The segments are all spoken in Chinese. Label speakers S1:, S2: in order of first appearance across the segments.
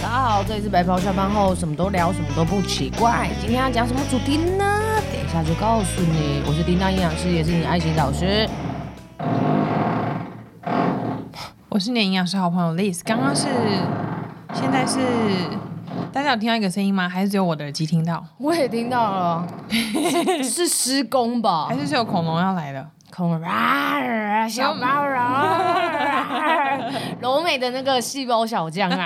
S1: 家好，这里是白袍下班后，什么都聊，什么都不奇怪。今天要讲什么主题呢？等一下就告诉你。我是叮当营养师，也是你的爱情导师。
S2: 我是你的营养师好朋友 Liz。刚刚是，现在是，大家有听到一个声音吗？还是只有我的耳机听到？
S1: 我也听到了，是施工吧
S2: 还？是只有恐龙要来了？
S1: 恐啊，小毛绒，柔美的那个细胞小将啊，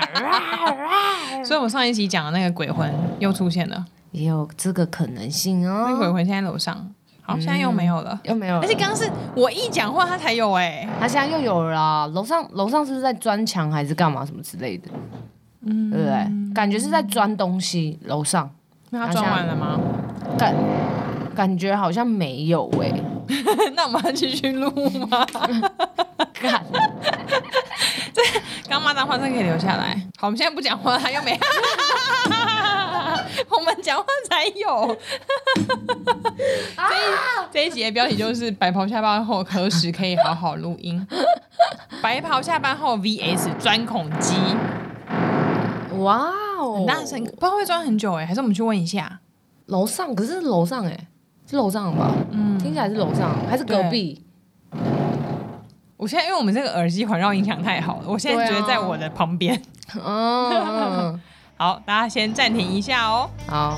S2: 所以我上一集讲的那个鬼魂又出现了，
S1: 也有这个可能性
S2: 那个
S1: 哦。
S2: 鬼魂现在在楼上，好，现在又没有了。
S1: 又没有了
S2: 而且，刚刚是我一讲话，它才有哎、
S1: 他现在又有了啊楼上楼上是不是在钻墙还是干嘛什么之类的？嗯，对不对？感觉是在钻东西，楼上。
S2: 那它装完了吗？
S1: 感感觉好像没有哎、
S2: 那我们要继续录吗？
S1: 干
S2: 刚骂脏话，这个可以留下来。好，我们现在不讲话，它又没。 我们讲话才有。 这一集的标题就是“白袍下班后何时可以好好录音”。白袍下班后 VS 钻孔机，
S1: 哇哦，
S2: 很大声，不知道会钻很久哎、还是我们去问一下？
S1: 楼上可是楼上哎、是楼上吧？嗯，听起来是楼上还是隔壁？
S2: 我现在因为我们这个耳机环绕音响太好了，我现在觉
S1: 对
S2: 得
S1: 啊
S2: 在我的旁边。
S1: 嗯，
S2: 好，大家先暂停一下哦。
S1: 好，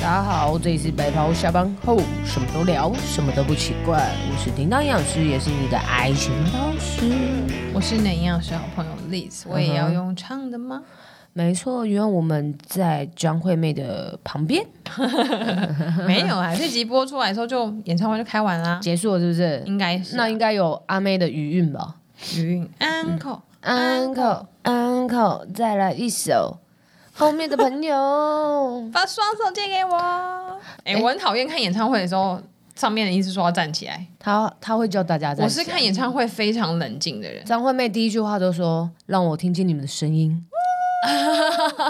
S1: 大家好，这里是白袍下班后，什么都聊，什么都不奇怪。我是叮当营养师，也是你的爱情导师。
S2: 我是你的营养师好朋友 Liz，我也要用唱的吗？
S1: 没错，因为我们在张惠妹的旁边
S2: 没有啊，这集播出来的时候就演唱会就开完啦，
S1: 结束了，是不是？啊
S2: 应该是
S1: 那应该有阿妹的余韵吧
S2: 余韵 uncle。，
S1: ？Uncle Uncle，再来一首。后面的朋友
S2: 把双手借给我。哎、我很讨厌看演唱会的时候，上面的一直说要站起来。
S1: 他他会叫大家在。
S2: 我是看演唱会非常冷 静的人，
S1: 张惠妹第一句话都说：“让我听见你们的声音。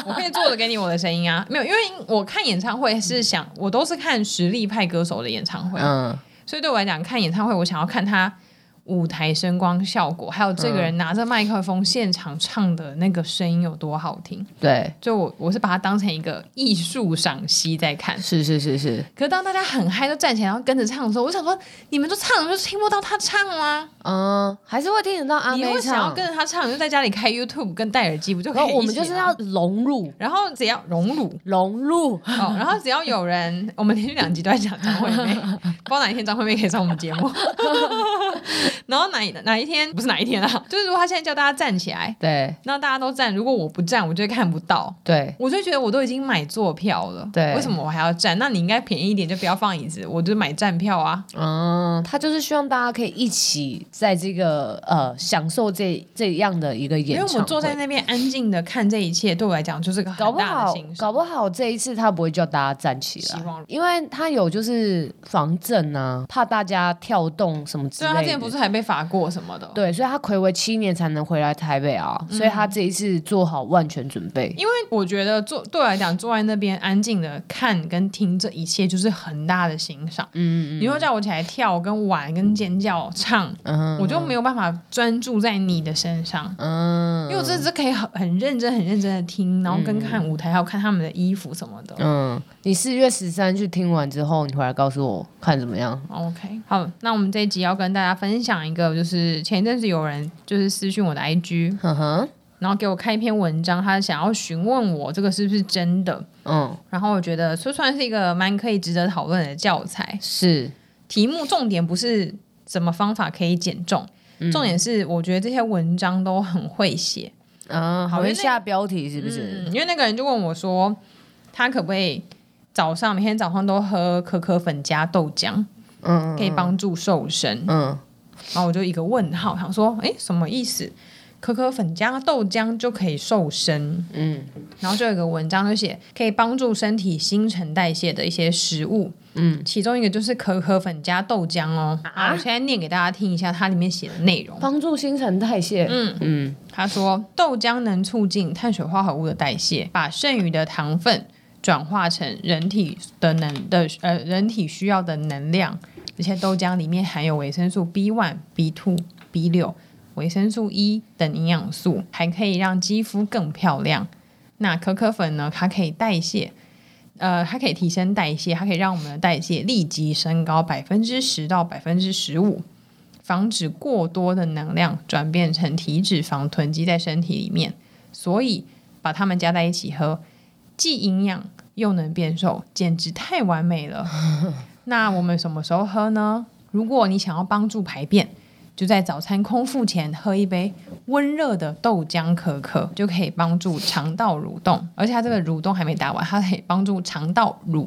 S2: 我可以做的给你我的声音啊，没有，因为我看演唱会是想，我都是看实力派歌手的演唱”会，
S1: 嗯，
S2: 所以对我来讲，看演唱会我想要看他舞台声光效果，还有这个人
S1: 嗯
S2: 拿着麦克风现场唱的那个声音有多好听，
S1: 对，
S2: 所以我我是把它当成一个艺术赏析在看。
S1: 是是是是，
S2: 可是当大家很嗨都站起来然后跟着唱的时候，我想说，你们都唱，你们就听不到他唱吗？
S1: 嗯，还是会听得到阿
S2: 你
S1: 妹
S2: 会想要
S1: 唱。
S2: 跟着他唱，你就在家里开 YouTube 跟戴耳机，不就可
S1: 然
S2: 以
S1: 后
S2: 一起
S1: 我
S2: 吗？
S1: 们就是要融入
S2: 然后只要荣辱
S1: 融入，
S2: 哦，然后只要有人，我们连续两集都在讲张惠妹，不知道哪一天张惠妹可以上我们节目。 然后哪一哪一天不是哪一天啊？就是如果他现在叫大家站起来，
S1: 对
S2: 那大家都站，如果我不站，我就会看不到。
S1: 对，
S2: 我就觉得我都已经买坐票了，
S1: 对
S2: 为什么我还要站？那你应该便宜一点，就不要放椅子，我就买站票啊。
S1: 嗯，他就是希望大家可以一起在这个呃享受这这样的一个演
S2: 因
S1: 唱
S2: 为
S1: 会。
S2: 我坐在那边安静的看这一切，对我来讲就是个
S1: 搞
S2: 很
S1: 不
S2: 大的
S1: 好
S2: 欣，赏。
S1: 搞不好这一次他不会叫大家站起
S2: 希
S1: 来
S2: 望，
S1: 因为他有就是防震啊，怕大家跳动什么之
S2: 虽啊然他
S1: 类
S2: 之前
S1: 的。
S2: 不是还被罚过什么的，
S1: 对，所以他暌违七年才能回来台北啊，所以他这一次做好万全准备。
S2: 嗯因为我觉得坐对我来讲坐在那边安静的看跟听这一切就是很大的欣赏。嗯嗯，你又叫我起来跳、跟玩、跟尖叫、唱，
S1: 嗯
S2: 我就没有办法专注在你的身上。
S1: 嗯
S2: 因为我真的是可以很很认真、很认真的听，然后跟看舞台，还有看他们的衣服什么的。
S1: 嗯，你四月十三去听完之后，你回来告诉我看怎么样？
S2: 哦 OK，好，那我们这一集要跟大家分享一个，就是前一阵子有人就是私讯我的 IG，
S1: 哼哼，
S2: 然后给我看一篇文章，他想要询问我这个是不是真的。
S1: 嗯，
S2: 然后我觉得这算是一个蛮可以值得讨论的教材。
S1: 是，
S2: 题目重点不是什么方法可以减重，重点是我觉得这些文章都很会写。
S1: 嗯，好
S2: 因为
S1: 会
S2: 那
S1: 下标题是不是？
S2: 嗯，因为那个人就问我说，他可不可以早上每天早上都喝可可粉加豆浆，
S1: 嗯
S2: 可以帮助瘦身？
S1: 嗯
S2: 然后我就一个问号，想说，诶，什么意思？可可粉加豆浆就可以瘦身，
S1: 嗯
S2: 然后就有一个文章就写可以帮助身体新陈代谢的一些食物，
S1: 嗯，
S2: 其中一个就是可可粉加豆浆哦。啊，我现在念给大家听一下它里面写的内容。
S1: 帮助新陈代谢。嗯嗯
S2: 他说，豆浆能促进碳水化合物的代谢，把剩余的糖分。转化成人体的能的呃人体需要的能量。这些豆浆里面含有维生素 B one、B two、B 六、维生素 E 等营养素，还可以让肌肤更漂亮。那可可粉呢，它可以代谢，呃，它可以提升代谢，它可以让我们的代谢立即升高百分之十到百分之十五，防止过多的能量转变成体脂肪囤积在身体里面。所以把它们加在一起喝，既营养又能变瘦，简直太完美了。那我们什么时候喝呢？如果你想要帮助排便，就在早餐空腹前喝一杯温热的豆浆可可，就可以帮助肠道蠕动。而且它这个蠕动还没打完，它可以帮助肠道蠕。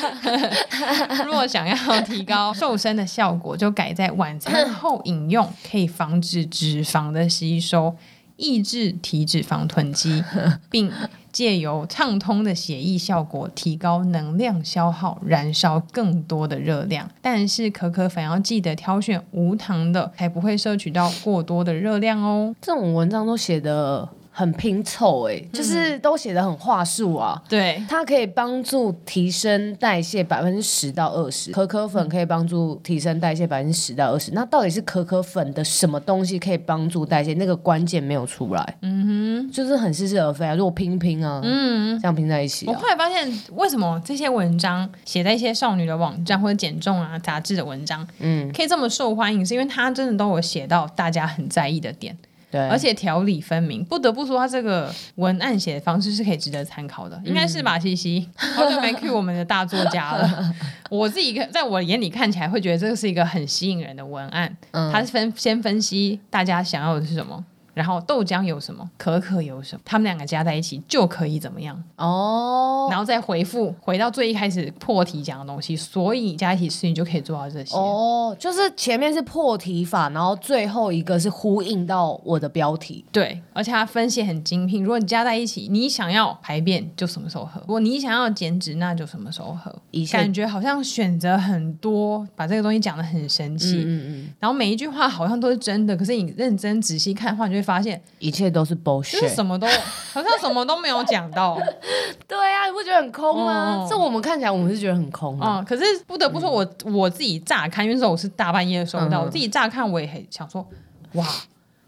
S2: 如果想要提高瘦身的效果，就改在晚餐后饮用，可以防止脂肪的吸收，抑制体脂肪囤积，并借由畅通的血液效果，提高能量消耗，燃烧更多的热量。但是可可粉要记得挑选无糖的，才不会摄取到过多的热量哦。
S1: 这种文章都写的很拼凑、欸，哎，
S2: 嗯
S1: 就是都写的很话术啊。
S2: 对，
S1: 它可以帮助提升代谢百分之十到二十，可可粉可以帮助提升代谢百分之十到二十。那到底是可可粉的什么东西可以帮助代谢？那个关键没有出来，嗯哼，就是很似是而非啊。如果拼拼啊，嗯，这样拼在一起
S2: 我
S1: 啊，
S2: 后来发现，为什么这些文章写在一些少女的网站或者减重啊杂志的文章，嗯，可以这么受欢迎，是因为它真的都有写到大家很在意的点，
S1: 对，
S2: 而且条理分明。不得不说，它这个文案写的方式是可以值得参考
S1: 嗯
S2: 的，应该是吧，西 西，好久没 cue 我们的大作家了。 我自己看在我眼里看起来会觉得这个是一个很吸引人的文案，
S1: 嗯
S2: 它是分先分析大家想要的是什么。然后豆浆有什么，可可有什么，他们两个加在一起就可以怎么样？
S1: 哦
S2: 然后再回复回到最一开始破题讲的东西，所以加一起事情就可以做到这些。
S1: 哦，就是前面是破题法，然后最后一个是呼应到我的标题，
S2: 对，而且它分析很精辟。如果你加在一起，你想要排便就什么时候喝；如果你想要减脂，那就什么时候喝
S1: 一。切
S2: 感觉好像选择很多，把这个东西讲的很神奇。
S1: 嗯嗯，
S2: 然后每一句话好像都是真的，可是你认真仔细看的话，你就会发现
S1: 一切都是
S2: 就是
S1: bullshit。
S2: 什么都好像什么都没有讲到。
S1: 对啊，你不觉得很空吗？
S2: 哦
S1: 这我们看起来我们是觉得很空啊。
S2: 嗯，可是不得不说我，我自己乍看，因为那时候我是大半夜收到，
S1: 嗯
S2: 我自己乍看我也很想说，哇，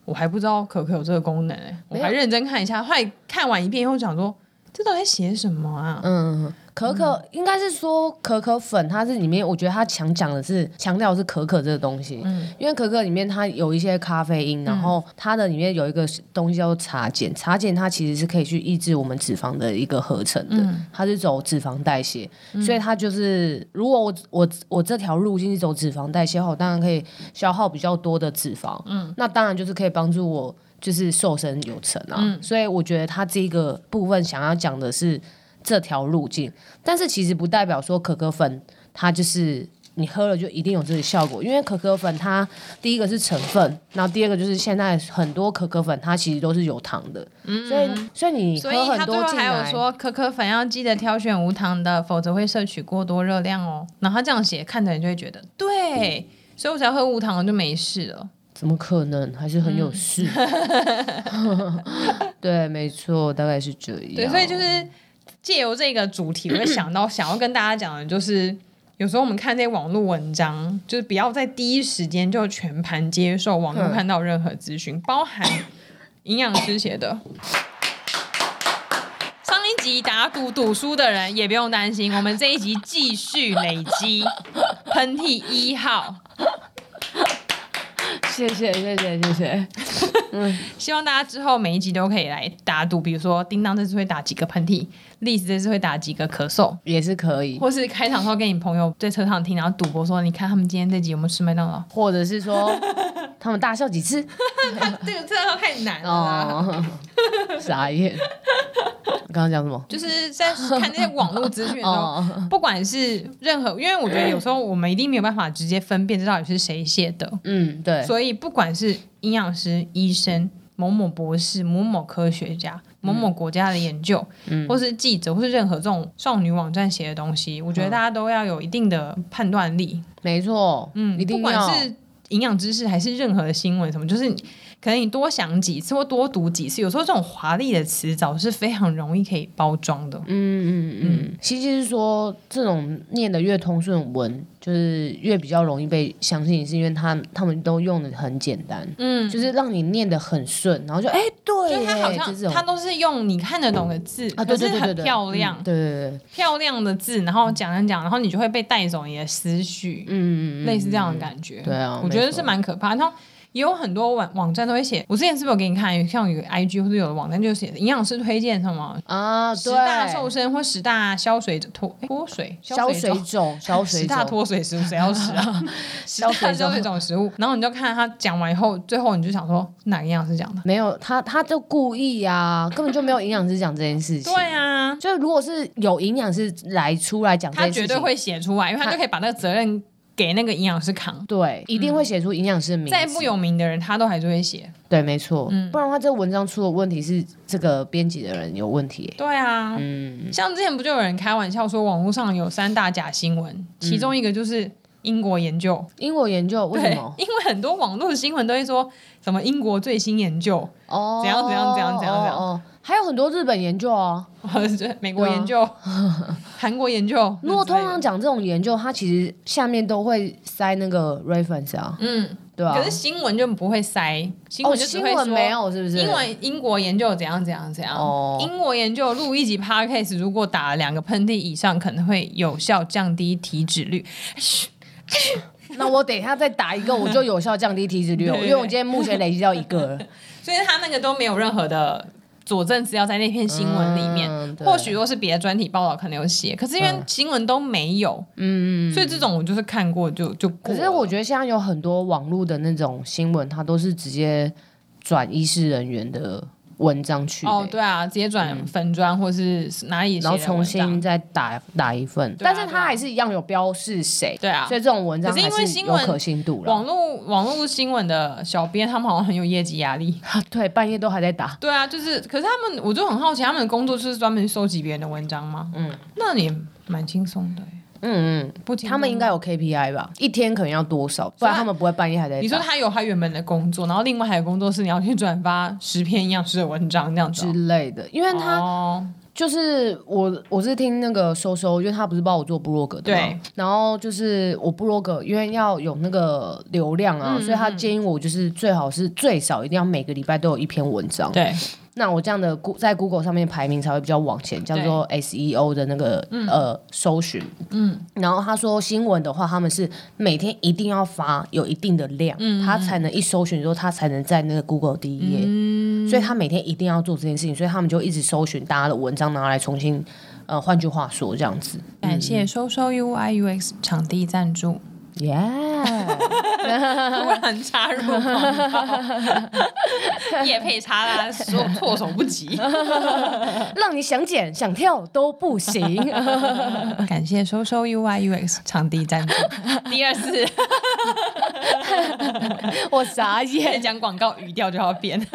S2: 我还不知道可可有这个功能、欸，我
S1: 没有
S2: 还认真看一下，后来看完一遍以后想说，这到底在写什么啊？
S1: 嗯，可可、应该是说可可粉，它是里面我觉得它强讲的是强调的是可可这个东西，因为可可里面它有一些咖啡因，然后它的里面有一个东西叫做茶碱，茶碱它其实是可以去抑制我们脂肪的一个合成的，它是走脂肪代谢，所以它就是如果我我我这条路径是走脂肪代谢的话，我当然可以消耗比较多的脂肪，嗯，那当然就是可以帮助我。就是瘦身有成啊，所以我觉得它这个部分想要讲的是，这条路径，但是其实不代表说可可粉它就是你喝了就一定有这个效果，因为可可粉它第一个是成分，然后第二个就是现在很多可可粉它其实都是有糖的，所以所以你
S2: 所
S1: 喝
S2: 以
S1: 很
S2: 他最
S1: 多
S2: 后
S1: 进
S2: 还有
S1: 来，
S2: 说，可可粉要记得挑选无糖的，否则会摄取过多热量哦。然后他这样写，看的人就会觉得，对，所以我只要喝无糖的就没事了。
S1: 怎么可能还是很有事？ 嗯对，没错，大概是这样。
S2: 对，所以就是借由这个主题，我就想到想要跟大家讲的，就是有时候我们看这些网络文章，就是不要在第一时间就全盘接受网络看到任何资讯，包含营养师写的。上一集打赌赌输的人也不用担心，我们这一集继续累积喷嚏一号，
S1: 谢谢谢谢谢谢，
S2: 希望大家之后每一集都可以来打赌，比如说叮当这次会打几个喷嚏，栗子这次会打几个咳嗽，
S1: 也是可以，
S2: 或是开场的时候跟你朋友在车上听，然后赌博说，你看他们今天这集有没有吃麦当劳？
S1: 或者是说他们大笑几次。
S2: 这个这个太难了啦。
S1: 哦，傻眼！刚刚讲什么？
S2: 就是在看这些网络资讯 的时候，
S1: 哦，
S2: 不管是任何，因为我觉得有时候我们一定没有办法直接分辨这到底是谁写的，
S1: 嗯，对，
S2: 所以不管是营养师、医生、某某博士、某某科学家、某某国家的研究，或是记者，或是任何这种少女网站写的东西，我觉得大家都要有一定的判断力，
S1: 没错，嗯，一
S2: 不
S1: 定
S2: 管
S1: 要
S2: 是营养知识还是任何的新闻什么，就是你可能你多想几次或多读几次，有时候这种华丽的词藻是非常容易可以包装的。
S1: 嗯嗯嗯，其实是说这种念的越通顺文，就是越比较容易被相信，是因为他他们都用的很简单，
S2: 嗯，
S1: 就是让你念的很顺，然后就哎、对耶，
S2: 就是它好
S1: 这
S2: 像
S1: 种
S2: 它都是用你看得懂的字，
S1: 啊，
S2: 可
S1: 对
S2: 是
S1: 对对对
S2: 很
S1: 对，
S2: 漂亮，
S1: 嗯对对对，
S2: 漂亮的字，然后讲讲讲，然后你就会被带走你的思绪，
S1: 嗯嗯嗯，
S2: 类似这样的感觉。
S1: 对啊
S2: 我觉
S1: 没
S2: 得
S1: 错
S2: 是蛮可怕。然后也有很多网网站都会写，我之前是不是有给你看，像有个 IG 或者有的网站就写营养师推荐什么
S1: 啊，
S2: 十
S1: 对，
S2: 大瘦身或十大消水脱诶脱水
S1: 消水
S2: 肿
S1: 肿，消水
S2: 十大
S1: 肿，
S2: 脱水食物谁 要吃啊？十大
S1: 消水
S2: 消水
S1: 肿
S2: 肿食物，然后你就看他讲完以后，最后你就想说哪个营养师讲的？
S1: 没有他他就故意啊，根本就没有营养师讲这件事情，
S2: 对啊，
S1: 就如果是有营养师来出来讲这
S2: 他
S1: 件事
S2: 绝
S1: 情，
S2: 对会写出来，因为他就可以把那个责任给那个营养师扛。
S1: 对，一
S2: 嗯
S1: 定会写出营养师的名字。
S2: 再不有嗯名的人，他都还是会写。
S1: 对，没错，不然的话，这文章出的问题是这个编辑的人有问题、欸。
S2: 对啊，
S1: 嗯，
S2: 像之前不就有人开玩笑说，网络上有三大假新闻，其中一个就是英国研究。
S1: 英国研究为
S2: 对
S1: 什么，？
S2: 因为很多网络新闻都会说什么英国最新研究，
S1: 哦，
S2: 怎样怎样怎样怎样怎样
S1: 哦，哦还有很多日本研究啊。
S2: 或者是美国研究、韩国 研究。
S1: 如果
S2: 之类
S1: 啊通啊
S2: 的
S1: 常讲这种研究，它其实下面都会塞那个 reference 啊，
S2: 嗯，
S1: 对啊
S2: 可。是新闻就不会塞，新
S1: 哦，
S2: 闻就只
S1: 新
S2: 会说、
S1: 闻没有是不是？
S2: 英文英国研究怎样怎样怎样，
S1: 哦
S2: 英国研究录一集 podcast，如果打了两个喷嚏以上，可能会有效降低体脂率。
S1: 那我等一下再打一个，我就有效降低体 脂率哦，
S2: 对对
S1: 因为我今天目前累积到一个了。
S2: 所以他那个都没有任何的佐证资料在那篇新闻里面，
S1: 嗯对
S2: 或许若是别的专题报道可能有写，可是因为
S1: 嗯
S2: 新闻都没有，
S1: 嗯，
S2: 所以这种我就是看过就就
S1: 可
S2: 过了。
S1: 是我觉得现在有很多网络的那种新闻，它都是直接转医师人员的文章去、欸
S2: 哦，对啊，直接转粉砖或是哪里写的
S1: 嗯然后重
S2: 文章
S1: 新再打打一份，
S2: 对啊
S1: 但是
S2: 对啊
S1: 它还是一样有标示谁，
S2: 对啊
S1: 所以这种文章
S2: 可是因
S1: 还
S2: 为
S1: 是
S2: 新
S1: 有
S2: 闻
S1: 可信度了。
S2: 网络网络新闻的小编，他们好像很有业绩压 力。
S1: 啊对，半夜都还在打，
S2: 对啊，就是，可是他们，我就很好奇，他们的工作就是专门收集别人的文章吗？嗯，那也蛮轻松的欸，
S1: 嗯
S2: 不轻
S1: 嗯，
S2: 松
S1: 他们应该有 KPI 吧？一天可能要多少，不
S2: 所以
S1: 然他们不会半夜还在打。
S2: 你说他有他原本的工作，然后另外还有工作是你要去转发十篇营养师的文章这样子
S1: 之
S2: 哦、
S1: 类的，因为他
S2: 哦，
S1: 就是我，我是听那个收收，因为他不是帮我做部落格的嘛
S2: 对，
S1: 然后就是我部落格，因为要有那个流量啊，所以他建议我就是最好是最少一定要每个礼拜都有一篇文章。
S2: 对，
S1: 那我这样的 Go- 在 Google 上面排名才会比较往前，叫做 SEO 的那个、呃搜寻。嗯，然后他说新闻的话，他们是每天一定要发有一定的量，他才能一搜寻之后，他才能在那个 Google 第一页。所以他每天一定要做这件事情，所以他们就一直搜寻大家的文章，拿来重新呃，换句话说这样子。
S2: 感谢收收 UI UX 场地赞助，
S1: Yeah，
S2: 突然插入广 告叶配插啦，说措手不及。
S1: 让你想剪想跳都不行。
S2: 感谢收收 UI UX 场地赞助， 第二次
S1: 我傻
S2: 在
S1: 眼，
S2: 讲广告语调就要变。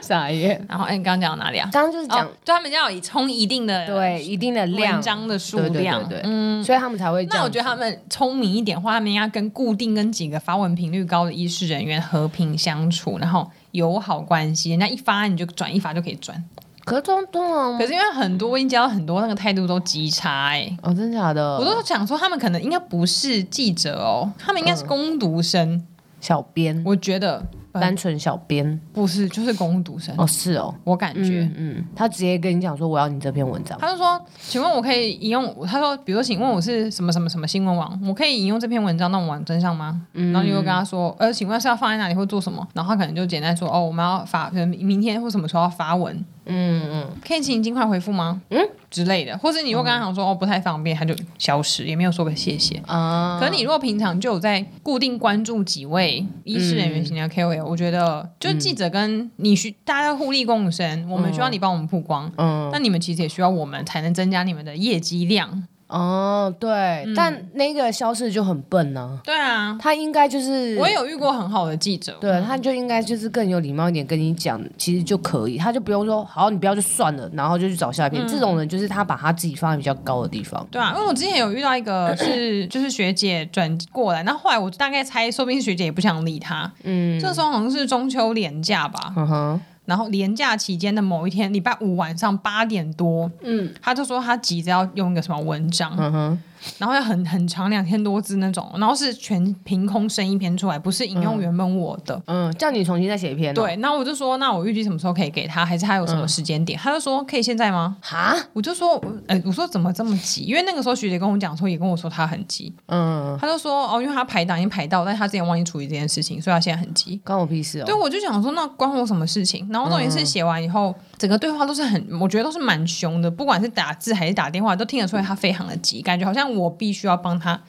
S1: 傻眼。
S2: 然后，哎、你刚刚讲到哪里啊？
S1: 刚刚就是讲、
S2: 哦，就他们要以冲一定的
S1: 对一定的量
S2: 文章的数
S1: 对对
S2: 量，嗯
S1: 对对所以他们才会这
S2: 那
S1: 样
S2: 我
S1: 子。
S2: 觉得他们聪明一点的话，他们应该跟固定跟几个发文频率高的医师人员和平相处，然后友好关系。人家一发你就转，一发就可以转。
S1: 可是通通常
S2: 可是因为很多医教很多那个态度都极差哎、
S1: 哦，真假的，
S2: 我都想说他们可能应该不是记者哦，他们应
S1: 嗯
S2: 该是攻读生。
S1: 小编，
S2: 我觉得、呃
S1: 单纯小编
S2: 不是，就是攻读生，
S1: 哦，是哦，
S2: 我感觉。
S1: 嗯嗯，他直接跟你讲说我要你这篇文章，
S2: 他就说：“请问我可以引用？”他说：“比如说，请问我是什么什么什么新闻网，我可以引用这篇文章到网站上吗？”
S1: 嗯
S2: 然后你就跟他说：“呃，请问是要放在哪里或做什么？”然后他可能就简单说：“哦，我们要发，可能明天或什么时候要发文，
S1: 嗯嗯，
S2: 可以请你尽快回复吗？”嗯之类的，或是你又跟他讲说：“哦，不太方便。”他就消失，也没有说个谢谢。
S1: 啊，
S2: 可是你如果平常就有在固定关注几位医师人
S1: 嗯
S2: 员型的 KOL，、我觉得就是记者跟你需大家互利共生，我们需要你帮我们曝光，
S1: 嗯
S2: 那你们其实也需要我们才能增加你们的业绩量。
S1: 哦，对，但那个消失就很笨呢、
S2: 对啊，
S1: 他应该就是
S2: 我也有遇过很好的记者，
S1: 对，他就应该就是更有礼貌一点跟你讲，其实就可以，他就不用说好，你不要就算了，然后就去找下一篇。这种人就是他把他自己放在比较高的地方。
S2: 对啊，因为我之前有遇到一 个是就是学姐转过来，那后来我大概猜，说不定学姐也不想理她。嗯，这时候好像是中秋连假吧，
S1: 嗯哼，
S2: 然后连假期间的某一天，礼拜五晚上八点多，嗯，她就说她急着要用一个什么文章，
S1: 嗯哼，
S2: 然后要很很长，两千多字那种，然后是全凭空生一篇出来，不是引用原本我的。
S1: 嗯，叫你重新再写一篇、哦。，
S2: 对，那我就说，那我预计什么时候可以给他，还是他有什么时间点？她就说可以现在吗？
S1: 哈，
S2: 我就说，呃，我说怎么这么急？因为那个时候学姐跟我讲说，也跟我说她很急，
S1: 嗯，
S2: 她就说哦，因为她排档已经排到，但是她之前忘记处理这件事情，所以她现在很急。
S1: 关我屁事哦。
S2: 对，我就想说，那关我什么事情？然后重点是写完以后，整个对话都是很，我觉得都是蛮凶的，不管是打字还是打电话，都听得出来她非常的急，感觉好像我必须要帮她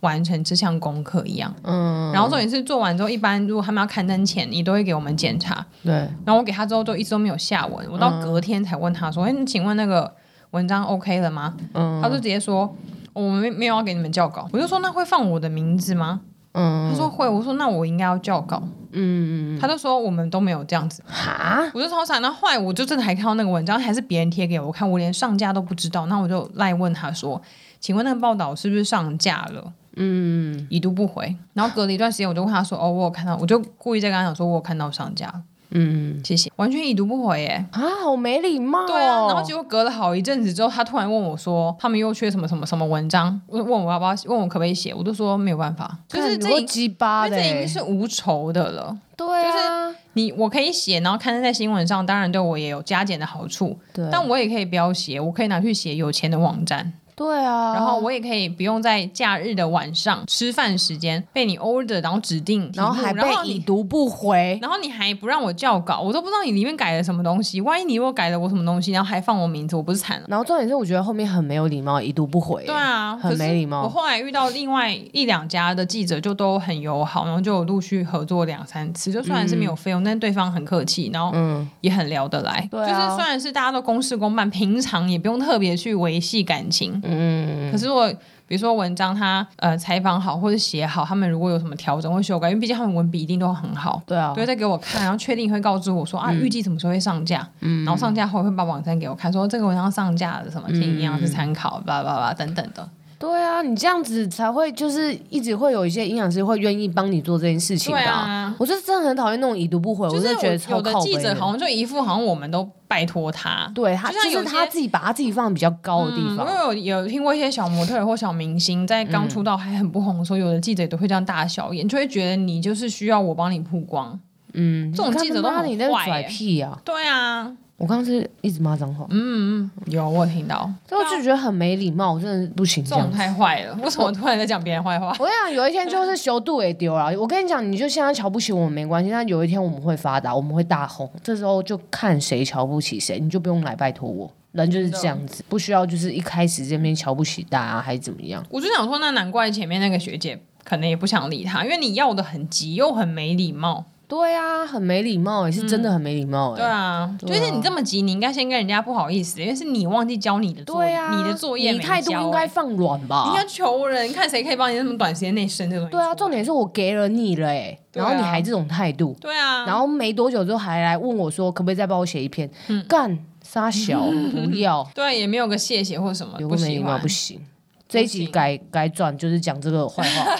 S2: 完成这项功课一样。嗯，然后重点是做完之后，一般如果他们要刊登前，你都会给我们检查，
S1: 对，
S2: 然后我给他之后都一直都没有下文，我到隔天才问他说：“哎、你请问那个文章 OK 了吗？”他就直接说：“我们没没有要给你们校稿。”我就说：“那会放我的名字吗？”
S1: 嗯，
S2: 他说会，我说那我应该要校稿，嗯，他就说我们都没有这样子，
S1: 哈，
S2: 我就超傻。那后来我就真的还看到那个文章，还是别人贴给我看，我连上架都不知道。那我就赖问他说：“请问那个报道是不是上架了？”嗯，已读不回。然后隔了一段时间，我就问他说：“哦，我有看到。”我就故意在跟他讲说：“我有看到上架。”嗯，谢谢，完全已读不回耶。
S1: 啊，好没礼貌、哦。
S2: 对啊，然后结果隔了好一阵子之后，他突然问我说：“他们又缺什么什么什么文章？”问问我要不要，问我可不可以写？我就说没有办法，就是
S1: 看
S2: 这
S1: 你会
S2: 已
S1: 鸡巴
S2: 因
S1: 的
S2: 为这已
S1: 欸、
S2: 经是无酬的了。
S1: 对啊，
S2: 你我可以写，然后刊登在新闻上，当然对我也有加减的好处。
S1: 对
S2: 但我也可以不要写，我可以拿去写有钱的网站，
S1: 对啊，
S2: 然后我也可以不用在假日的晚上吃饭时间被你 order，然后指定题
S1: 然
S2: 目，
S1: 后还被
S2: 然后
S1: 已
S2: 你。
S1: 读不回，
S2: 然后你还不让我校稿，我都不知道你里面改了什么东西。万一你又改了我什么东西，然后还放我名字，我不是惨了？
S1: 然后重点是我觉得后面很没有礼貌，已读不回、欸。
S2: 对啊，
S1: 很没礼貌
S2: 可是我后来遇到另外一两家的记者，就都很友好，然后就有陆续合作两三次。就虽然是没
S1: 嗯
S2: 有费用，但对方很客气，然后也很聊得来。
S1: 对啊
S2: 就是虽然是大家都公事公办，平常也不用特别去维系感情。嗯，可是我。比如说文章他呃采访好或者写好，他们如果有什么调整或修改，因为毕竟他们文笔一定都很好，
S1: 对啊
S2: 都，会再给我看，然后确定会告知我说
S1: 嗯
S2: 啊，预计什么时候会上架，然后上架后会把网站给我看，说这个文章上架了什
S1: 嗯
S2: 么，请营养师参考，叭叭叭等等的。
S1: 对啊，你这样子才会就是一直会有一些营养师会愿意帮你做这件事情吧？
S2: 对啊
S1: 我是真的很讨厌那种已读不回，
S2: 就
S1: 我
S2: 是
S1: 真的觉得
S2: 有
S1: 超
S2: 有的
S1: 靠
S2: 记
S1: 背
S2: 者好像就一副好像我们都拜托他，
S1: 对他
S2: 就像
S1: 就
S2: 有
S1: 是
S2: 些
S1: 他自己把他自己放比较高的地
S2: 嗯，
S1: 方，
S2: 我有有听过一些小模特儿或小明星在刚出道还很不红的时候，有的记者也都会这样大小眼，就会觉得你就是需要我帮你曝光。
S1: 嗯，
S2: 这种
S1: 你看
S2: 记者
S1: 他
S2: 都
S1: 妈
S2: 很
S1: 你那
S2: 坏
S1: 拽
S2: 欸
S1: 屁啊！
S2: 对啊，
S1: 我刚刚是一直骂脏话，
S2: 嗯嗯，有我有听到，
S1: 所以我就觉得很没礼貌，我真的不行这
S2: 这
S1: 样
S2: 种
S1: 子。
S2: 太坏了，为什么突然在讲别人坏话？
S1: 我跟你讲，有一天就是修度也丢了。我跟你讲，你就现在瞧不起我们没关系，但有一天我们会发达，我们会大红，这时候就看谁瞧不起谁，你就不用来拜托我。人就是这样子，不需要就是一开始这边瞧不起大家还是怎么样。
S2: 我就想说，那难怪前面那个学姐可能也不想理他，因为你要的很急，又很没礼貌。
S1: 对啊，很没礼貌、欸，是真的很没礼貌、欸，
S2: 对啊，
S1: 对啊
S2: 就是你这么急，你应该先跟人家不好意思，因为是你忘记交你的作业，
S1: 对啊，
S2: 你的作业
S1: 你
S2: 没
S1: 态度
S2: 交
S1: 应该
S2: 欸
S1: 放软
S2: 你应
S1: 吧
S2: 该？求人，看谁可以帮你在这么短时间内生这种。
S1: 对啊，重点是我给了你了、欸，
S2: 对
S1: 然
S2: 啊
S1: 后你还这种态度，
S2: 对啊，
S1: 然后没多久之后还来问我说，可不可以再帮我写一篇？
S2: 嗯
S1: 干傻小， 不要。
S2: 对啊也没有个谢谢或什么，
S1: 有
S2: 啊不
S1: 个啊没
S2: 喜
S1: 礼貌
S2: 欢
S1: 不。行。这一集
S2: 行
S1: 改改转就是讲这个坏话，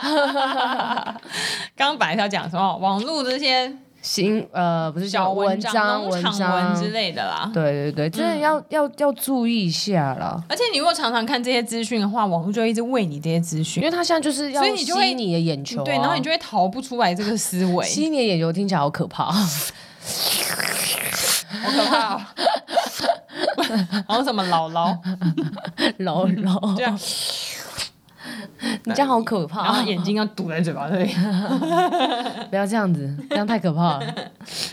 S2: 刚刚本来是要讲什么网络这些
S1: 行呃不是
S2: 小
S1: 叫文
S2: 章、农
S1: 文
S2: 场
S1: 章
S2: 文之类的嗯啦。
S1: 对对对，真的要、要要注意一下啦，
S2: 而且你如果常常看这些资讯的话，网络就会一直喂你这些资
S1: 因
S2: 讯，
S1: 为他现在就是要
S2: 所以你
S1: 吸
S2: 就会嗯
S1: 你的眼球啊、
S2: 对，然后你就会逃不出来这个思 维。
S1: 吸你的眼球，听起来好可怕。啊
S2: 好可怕、 哦！好像什么姥姥，
S1: 老
S2: 嗯
S1: 老，
S2: 这样，
S1: 你这样好可怕
S2: 啊
S1: 啊
S2: 然后眼睛要堵在嘴巴这里。
S1: 不要这样子，这样太可怕了。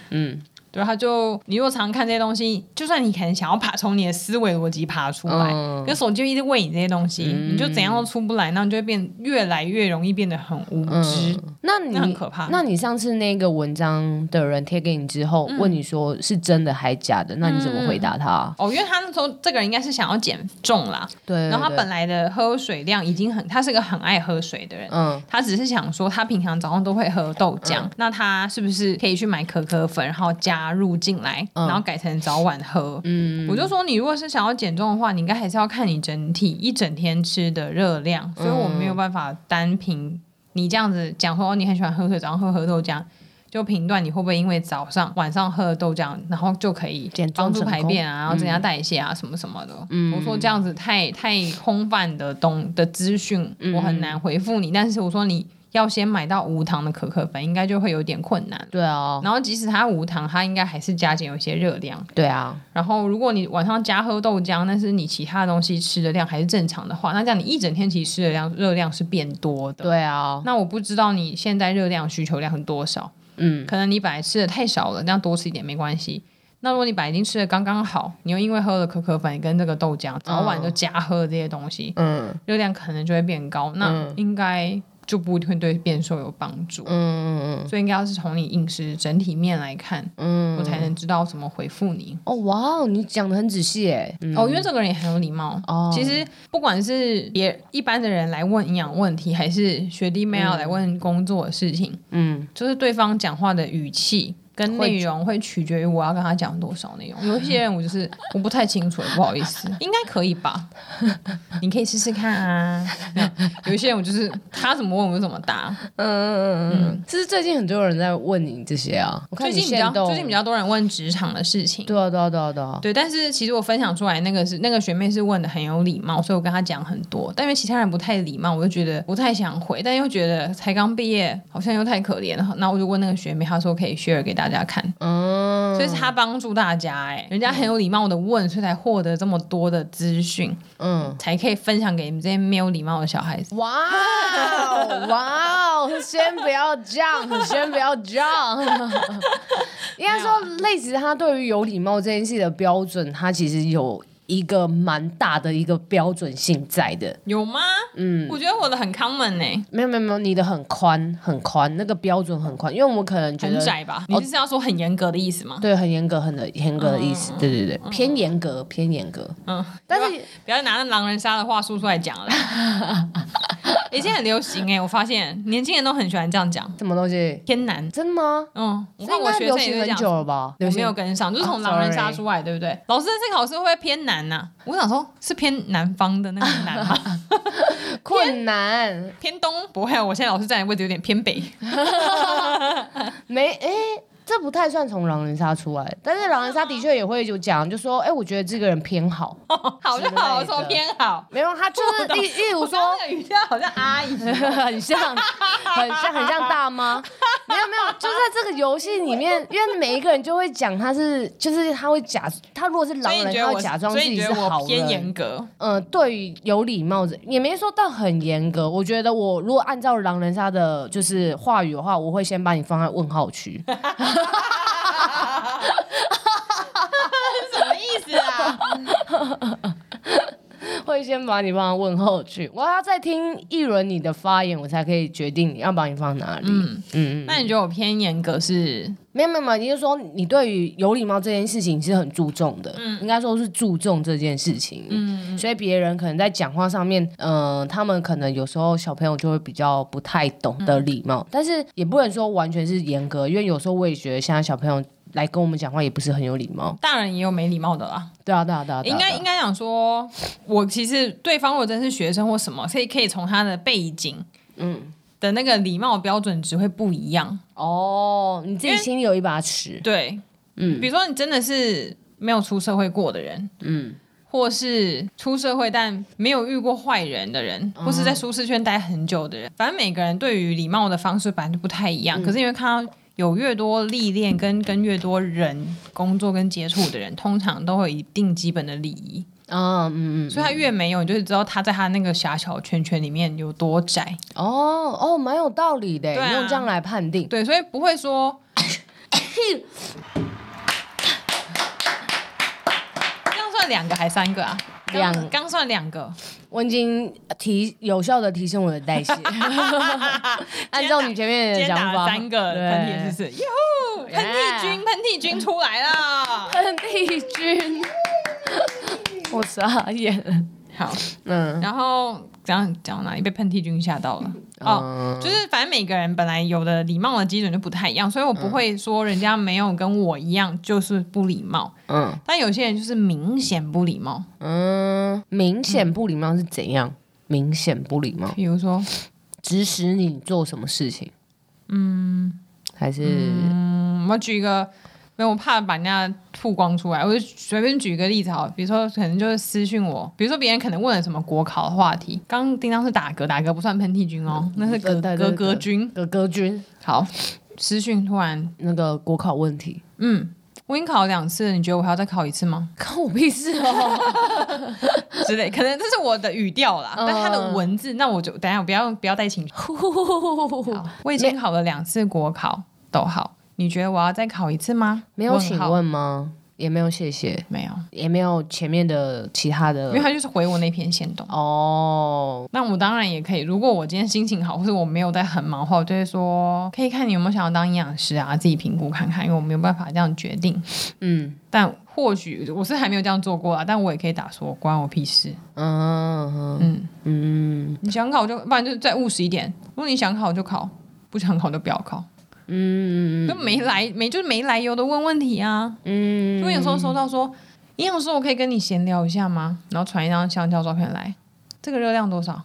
S1: 嗯，
S2: 对，它就你如果常看这些东西，就算你可能想要爬从你的思维逻辑爬出来，
S1: 嗯
S2: 跟手机就一直喂你这些东西，你就怎样都出不来，那你就会变越来越容易变得很无知。
S1: 嗯那你
S2: 那很可怕
S1: 那你上次那个文章的人贴给你之后，
S2: 嗯
S1: 问你说是真的还假的，那你怎么回答他？啊
S2: 哦，因为他那时候这个人应该是想要减重啦，
S1: 对对，
S2: 然后他
S1: 对
S2: 本来的喝水量已经很，他是个很爱喝水的人，
S1: 嗯
S2: 他只是想说，他平常早上都会喝豆浆，那他是不是可以去买可可粉，然后加入进来，
S1: 嗯
S2: 然后改成早晚喝？
S1: 嗯
S2: 我就说，你如果是想要减重的话，你应该还是要看你整体一整天吃的热量，所以我没有办法单凭你这样子讲说，哦，你很喜欢喝水，早上喝喝豆浆。就评断你会不会因为早上、晚上喝了豆浆，然后就可以
S1: 减重
S2: 帮助
S1: 成
S2: 排
S1: 功
S2: 便啊，然后增加代谢啊，什么什么的。我说这样子太太空泛的东的资讯，我很难回复你。但是我说你要先买到无糖的可可粉，应该就会有点困难。
S1: 对啊，
S2: 然后即使它无糖，它应该还是加减有一些热量。
S1: 对啊，
S2: 然后，如果你晚上加喝豆浆，但是你其他的东西吃的量还是正常的话，那这样你一整天其实吃的量热量是变多的。
S1: 对啊，
S2: 那我不知道你现在热量需求量是多少，
S1: 嗯
S2: 可能你本来吃的太少了，那样多吃一点没关系。那如果你本来已经吃的刚刚好，你又因为喝了可可粉跟这个豆浆，早晚就加喝这些东西，
S1: 嗯
S2: 热量可能就会变高，那应该就不会对变瘦有帮助。
S1: 嗯嗯
S2: 所以应该要是从你饮食整体面来看，
S1: 嗯，
S2: 我才能知道怎么回复你。
S1: 哦哇哦，你讲的很仔细诶，嗯
S2: 哦，因为这个人也很有礼貌。
S1: 哦
S2: 其实不管是别一般的人来问营养问题，还是学弟妹要来问工作的事情，
S1: 嗯
S2: 就是对方讲话的语气跟
S1: 会
S2: 内容会取决于我要跟他讲多少内 容。有一些人我就是我不太清楚，不好意思，应该可以 吧？你可以试试看啊。没有有一些人我就是他怎么问我就怎么答。
S1: 嗯嗯嗯嗯，其实最近很多人在问你这些啊，我看
S2: 最
S1: 你
S2: 近比
S1: 现
S2: 较
S1: 动
S2: 最近比较多人问职场的事情。
S1: 对啊对啊对啊对啊，
S2: 对，但是其实我分享出来那个是那个学妹是问的很有礼貌，所以我跟她讲很多。但因为其他人不太礼貌，我就觉得不太想回，但又觉得才刚毕业，好像又太可怜了。那我就问那个学妹，她说可以 share 给大家看，
S1: 嗯，
S2: 所以是她帮助大家、哎，人家很有礼貌的问，所以才获得这么多的资讯，
S1: 嗯。
S2: 才可以分享给你们这些没有礼貌的小孩子。
S1: 哇哦，哇哦！先不要这样， 先不要这样。 应该说，类似他对于有礼貌这件事的标准，他其实有一个蛮大的一个标准性在的。
S2: 有吗？嗯，我觉得我的很 common 哎、
S1: 没有没有没有，你的很宽很宽，那个标准很宽，因为我们可能觉
S2: 很
S1: 得哦
S2: 窄嗯吧？你是要说很严格的意思吗？
S1: 对很严格，很的严格的意思，对对对，偏严格偏严格。
S2: 嗯，
S1: 但是
S2: 不要拿那狼人杀的话术出来讲了。 已经很流行哎、我发现年轻人都很喜欢这样讲，
S1: 什么东西？
S2: 偏难。
S1: 真的吗？
S2: 嗯，我
S1: 这
S2: 看
S1: 应
S2: 我
S1: 该
S2: 学
S1: 流
S2: 生也
S1: 行很
S2: 是讲，
S1: 久了吧？流
S2: 我
S1: 行
S2: 没有跟上，就是从
S1: 啊
S2: 狼人杀
S1: ，sorry
S2: 出来，对不对？老师这次考试会不会偏难啊呐、Oh, 我想说，是偏南方的那个南吗？
S1: 困难，
S2: 偏东不会啊，我现在老师站的位置有点偏北。
S1: 没诶，这不太算从狼人杀出来，但是狼人杀的确也会有讲，就说诶，我觉得这个人偏好，
S2: 好就好，我说偏好。
S1: 没有他就是例例如
S2: 我
S1: 说
S2: 说那个语调好像阿姨，
S1: 很像，很像，很像大妈。没有没有，就在这个游戏里面，因为每一个人就会讲他是，就是他会假，他如果是狼
S2: 所以你
S1: 人，
S2: 觉
S1: 他
S2: 得
S1: 会
S2: 我
S1: 假装
S2: 所
S1: 自
S2: 以你
S1: 己
S2: 觉
S1: 是
S2: 得
S1: 好
S2: 我偏
S1: 人。
S2: 严 格？
S1: 呃，对于有礼貌这也没说到很严格。我觉得我如果按照狼人杀的就是话语的话，我会先把你放在问号区。
S2: 什么意思啊？
S1: 会先把你放到问候去，我要再听一轮你的发言，我才可以决定你要把你放哪里。嗯嗯，
S2: 那你觉得我偏严格是
S1: 没有没有没有，你就说你对于有礼貌这件事情是很注重的，
S2: 嗯
S1: 应该说是注重这件事情。嗯，所以别人可能在讲话上面，呃，他们可能有时候小朋友就会比较不太懂得礼貌，
S2: 嗯
S1: 但是也不能说完全是严格，因为有时候我也觉得现在小朋友来跟我们讲话也不是很有礼貌。
S2: 大人也有没礼貌的啦？
S1: 对啊对啊对啊，对啊
S2: 应该
S1: 对啊
S2: 应该讲说，我其实对方如果真是学生或什么，所以可以从他的背景，
S1: 嗯。
S2: 的那个礼貌标准值会不一样，
S1: 哦，你自己心里有一把尺，
S2: 对，
S1: 嗯
S2: 比如说你真的是没有出社会过的人，
S1: 嗯
S2: 或是出社会但没有遇过坏人的人，或是
S1: 嗯
S2: 在舒适圈待很久的人，反正每个人对于礼貌的方式本来就不太一
S1: 嗯
S2: 样。可是因为看到有越多历练跟跟越多人工作跟接触的人，通常都会有一定基本的礼仪，
S1: 啊嗯嗯，
S2: 所以他越没有，你就知道他在他那个狭小圈圈里面有多窄。
S1: 哦哦，蛮有道理的，
S2: 对 啊
S1: 用这样来判定。
S2: 对，所以不会说算两个还三个啊？刚
S1: 两
S2: 刚算两个，
S1: 我已经提有效的提升我的代 谢， 按照你前面的
S2: 今天打
S1: 讲
S2: 了
S1: 法，
S2: 三个
S1: 对
S2: 喷嚏，是不是？哟，喷嚏君，喷嚏君出来了。
S1: 喷 嚏君，我傻眼了。
S2: 好，
S1: 嗯，
S2: 然后讲讲到哪里被喷嚏君吓到了？哦，就是反正每个人本来有的礼貌的基准就不太一样，所以我不会说人家没有跟我一样就是不礼貌，
S1: 嗯
S2: 但有些人就是明显不礼貌，
S1: 嗯，明显不礼貌是怎样？明显不礼貌，
S2: 比如说
S1: 指使你做什么事情？嗯，还是
S2: 嗯，我举一个，没有，我怕把人家曝光出来，我就随便举一个例子好了，比如说可能就是私讯我，比如说别人可能问了什么国考的话题，刚刚叮当是打嗝，打嗝不算喷嚏君哦，那是
S1: 嗯对对
S2: 嗝
S1: 对
S2: 嗝
S1: 对
S2: 嗝君。
S1: 哥哥君
S2: 好，私讯突然，
S1: 那个国考问 题？
S2: 嗯，我已经考了两次了，你觉得我还要再考一次吗？
S1: 看我屁事 哦！
S2: 之类，可能这是我的语调啦，
S1: 嗯
S2: 但他的文字，那我就等一下我不要不要带情绪。好我已经考了两次国考，逗号，你觉得我要再考一次吗？
S1: 没有请
S2: 号，
S1: 问吗？也没有谢谢，
S2: 没有，
S1: 也没有前面的其他
S2: 因为
S1: 的
S2: 他就是回我那篇先动。
S1: 哦。
S2: 那我当然也可以，如果我今天心情好，或者我没有在很忙的话，我就会说，可以看你有没有想要当营养师啊，自己评估看看，因为我没有办法这样决定。
S1: 嗯
S2: 但或许我是还没有这样做过啊，但我也可以打说关我屁事。
S1: 嗯
S2: 嗯，
S1: 嗯
S2: 你想考就，不然就再务实一点。如果你想考就考，不想考就不要考。
S1: 嗯
S2: 就没来没就是没来由的问问题啊。
S1: 嗯，
S2: 就有时候收到说，营养师我可以跟你闲聊一下吗？然后传一张香蕉照片来，这个热量多少？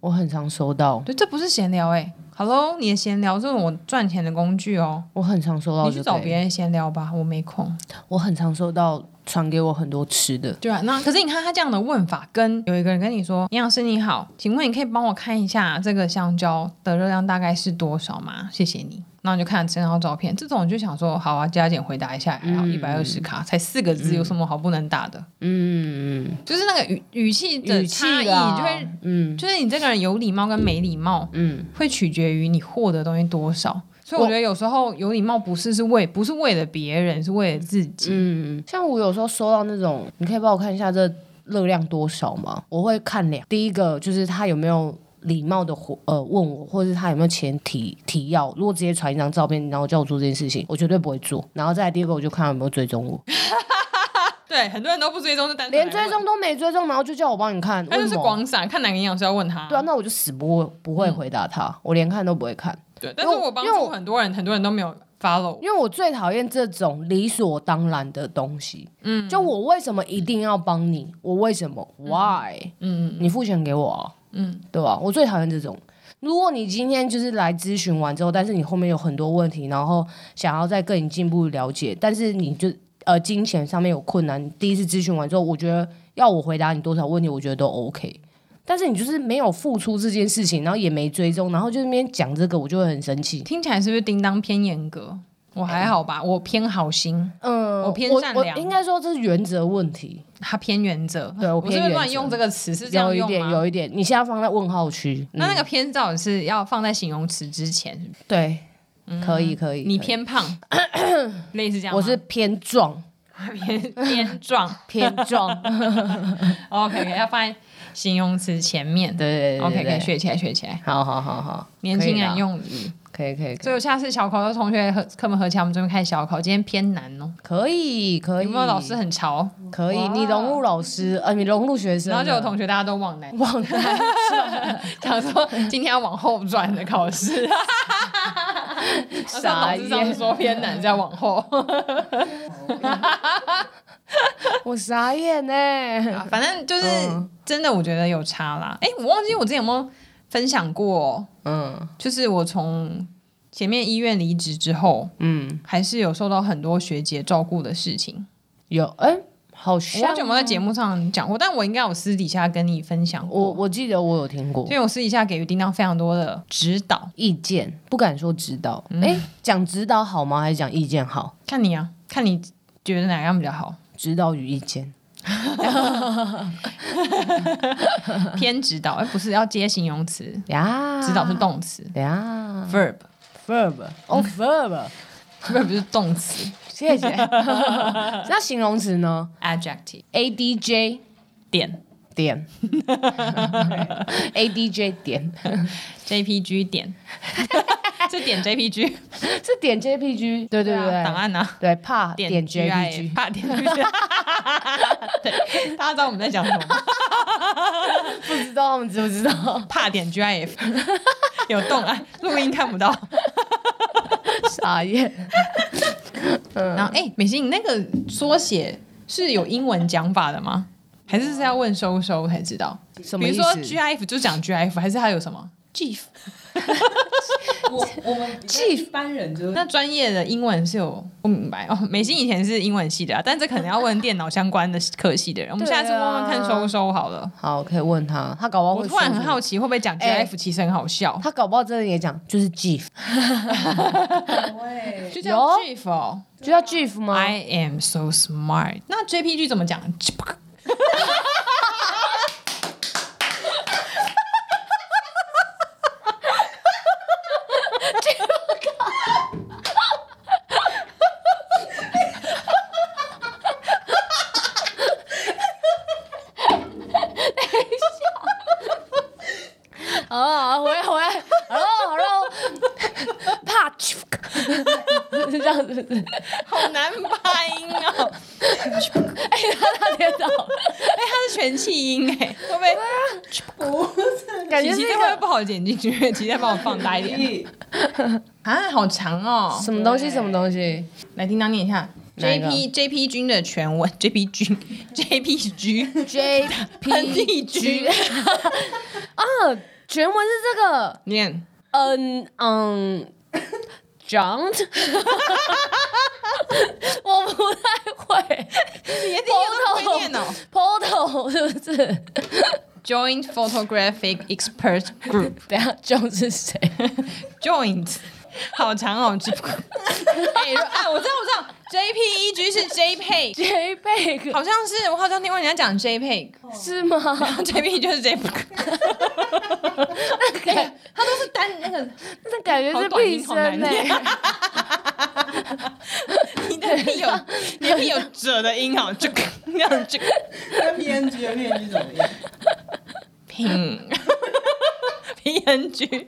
S1: 我很常收到，
S2: 对，这不是闲聊哎、欸。Hello，你的闲聊是我赚钱的工具哦，
S1: 我很常收到
S2: 你
S1: 这
S2: 去
S1: 个，欸
S2: 找别人闲聊吧，我没空。
S1: 我很常收到传给我很多吃的，
S2: 对啊，那可是你看他这样的问法，跟有一个人跟你说：“营养师你好，请问你可以帮我看一下这个香蕉的热量大概是多少吗？谢谢你。”然后你就看这张照片，这种你就想说：“好啊，加减回答一下，还好一百二十卡，才四个字，有什么好不能打的？”
S1: 嗯，
S2: 就是那个语语气的
S1: 语气
S2: 差异，
S1: 啦
S2: 就会
S1: 嗯
S2: 就是你这个人有礼貌跟没礼貌，
S1: 嗯，
S2: 会取决于你获得的东西多少。所以我觉得有时候有礼貌不是是为不是为了别人，是为了自己。
S1: 嗯，像我有时候收到那种，你可以帮我看一下这热量多少吗？我会看两，第一个就是他有没有。礼貌的呃问我，或者是他有没有前提提要？如果直接传一张照片，然后叫我做这件事情，我绝对不会做。然后再来第二个，我就看他有没有追踪 我，
S2: 对，很多人都不追踪，就单纯
S1: 连
S2: 来
S1: 追
S2: 问
S1: 踪都没追踪，然后就叫我帮你看，
S2: 他就是
S1: 为什么
S2: 广嗯撒，看哪个营养师要问他。
S1: 对啊，那我就死不会不会回答他，我连看都不会看，
S2: 对但是我帮
S1: 因为
S2: 助
S1: 我
S2: 很多人，很多人都没有 follow 我。
S1: 因为我最讨厌这种理所当然的东西。嗯，就我为什么一定要帮你？我为什么？Why？
S2: 嗯，
S1: 你付钱给我啊，
S2: 嗯，
S1: 对吧、我最讨厌这种。如果你今天就是来咨询完之后，但是你后面有很多问题，然后想要再更进一步了解，但是你就呃金钱上面有困难，你第一次咨询完之后，我觉得要我回答你多少问题，我觉得都 OK。但是你就是没有付出这件事情，然后也没追踪，然后就那边讲这个，我就会很生气。
S2: 听起来是不是叮当偏严格？我还好吧，我偏好心，
S1: 嗯，
S2: 我偏善
S1: 我
S2: 良
S1: 应该说这是原则问题，
S2: 他偏原则。
S1: 对我
S2: 我是
S1: 偏
S2: 不是
S1: 原
S2: 乱
S1: 则
S2: 用这个词？是这样
S1: 有一
S2: 用
S1: 点，
S2: 吗？
S1: 有一点。你现在放在问号区，
S2: 那那
S1: 嗯
S2: 个偏照是要放在形容词之前，是不是
S1: 对，可以可以。
S2: 嗯你
S1: 可以，
S2: 偏胖，类似这样吗。
S1: 我是偏 壮，
S2: 偏偏壮
S1: 偏 壮。
S2: ，OK，要放在形容词前面。
S1: 对对对对
S2: OK，可以
S1: 对
S2: 学起来，学起来。
S1: 好好好好，
S2: 年
S1: 嗯
S2: 轻
S1: 可以
S2: 人
S1: 啦
S2: 用语，
S1: 可以可以
S2: 所以我下次小考的同学和课本合起来，我们这边开小考，今天偏难哦。
S1: 可以可以，
S2: 有没有老师很潮？
S1: 可以？
S2: 哇
S1: 你融入老师，呃，你融入学生
S2: 然
S1: 了，
S2: 后就有同学大家都往南
S1: 忘了
S2: 讲说，今天要往后转的考试， 然后
S1: 傻
S2: 老师上次
S1: 眼，
S2: 说偏难，再往后。
S1: 我傻眼 呢。
S2: 反正就是
S1: 嗯
S2: 真的，我觉得有差啦。哎，我忘记我之前有没有分享过，
S1: 嗯
S2: 就是我从前面医院离职之后，
S1: 嗯，
S2: 还是有受到很多学姐照顾的事情。
S1: 有哎，好
S2: 我忘
S1: 像
S2: 记有没有在节目上讲过，但我应该有私底下跟你分享
S1: 我
S2: 过。
S1: 我记得我有听过
S2: 所以我私底下给予叮当非常多的指导。
S1: 意见，不敢说指导。
S2: 嗯
S1: 哎，讲指导好吗？还是讲意见好？
S2: 看你啊，看你觉得哪样比较好？
S1: 指导与意见，
S2: 偏指导，哎，不是要接形容词，
S1: 呀，
S2: 指导是动词
S1: 呀
S2: ，verb，verb
S1: ，verb，哦 verb，
S2: 不是动词。
S1: 谢谢。那形容词呢
S2: adjective
S1: ？adj
S2: 点
S1: 点，adj 点
S2: JPG 点，是点 JPG，
S1: 是点 jpg，对对
S2: 啊档
S1: 对，
S2: 案啊。
S1: 对怕点
S2: GIF
S1: jpg，
S2: 怕点 JPG，对，大家知道我们在讲什么吗？
S1: 不知道他们知不知道？
S2: 怕点 GIF，有动啊，录音看不到。
S1: 傻眼。
S2: 然后，哎、美心，你那个缩写是有英文讲法的吗？还是是要问收收才知道？
S1: 什么
S2: 比
S1: 意
S2: 如
S1: 思
S2: 说 GIF 就讲 GIF，还是它有什么 GIF？
S3: 我我们比较一般人就是
S2: 那专业的英文是有不明白哦。 美心以前是英文系的、啊，但这可能要问电脑相关的科系的人。我们
S1: 对啊
S2: 下次问问看收收好了。
S1: 好，可以问他，他搞不好会
S2: 我突然
S1: 说
S2: 很
S1: 出
S2: 好奇，会不会讲
S1: 哎
S2: GIF 其实很 好笑？
S1: 他搞不好真的也讲就是 GIF，
S3: 对，
S2: 就叫
S1: 有
S2: GIF 哦
S1: 就叫 GIF 吗？
S2: ，I am so smart。那 JPG 怎么讲？
S1: 好了好了，回来回来，好了好了，怕 GIF 是这样子是不是，
S2: 好难发音 哦。
S1: 哎、他他跌倒了，
S2: 哎、它是全气音哎，会不会？
S1: 感觉啊是
S2: 琪琪
S1: 一
S2: 这会
S1: 个
S2: 不好剪进去，琪琪再帮我放大一 点啊，好长哦。
S1: 什么东西什么东西，
S2: 来，叮当念一下
S1: 哪一个
S2: JP JP 君的全文 JP 君 JP g
S1: JPG 啊，全文是这个，
S2: 念
S1: 嗯嗯，Jumped，我不太会
S2: 你会念哦
S1: ，Portal 是不是？
S2: Joint Photographic Expert Group
S1: 等一下 John 是谁？
S2: Joint，好长哦。 哎、啊，我知道，我知道，JPEG 是 JPEG，
S1: j p e
S2: 好像是我好像听过人家讲 JPEG，JPEG
S1: 是吗？
S2: 就是 JPEG，它都是单那个
S1: 那感觉是屁声呢、
S2: 你的屁有，你的屁 有褶的音哦，这个那样这个
S3: 那 PNG 的 PNG 怎么样？
S2: 拼 PNG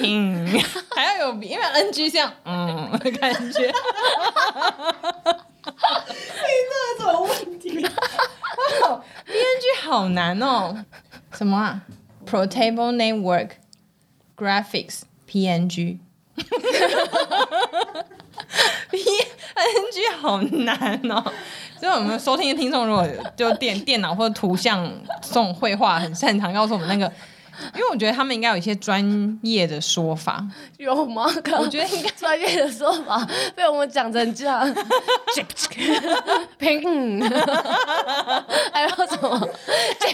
S2: 拼， 还要有因为 NG 像嗯的感 觉，
S3: 这什么问 题？
S2: 哦 PNG 好难哦，什么啊？Portable Network Graphics PNG。PNG 好难哦，所以我们收听的听众如果就电 电脑或者图像这种绘画很擅长，告诉我们那个，因为我觉得他们应该有一些专业的说法，
S1: 有吗？
S2: 我觉得应该
S1: 专业的说法 被我们讲成这 样，平嗯，还有什么 j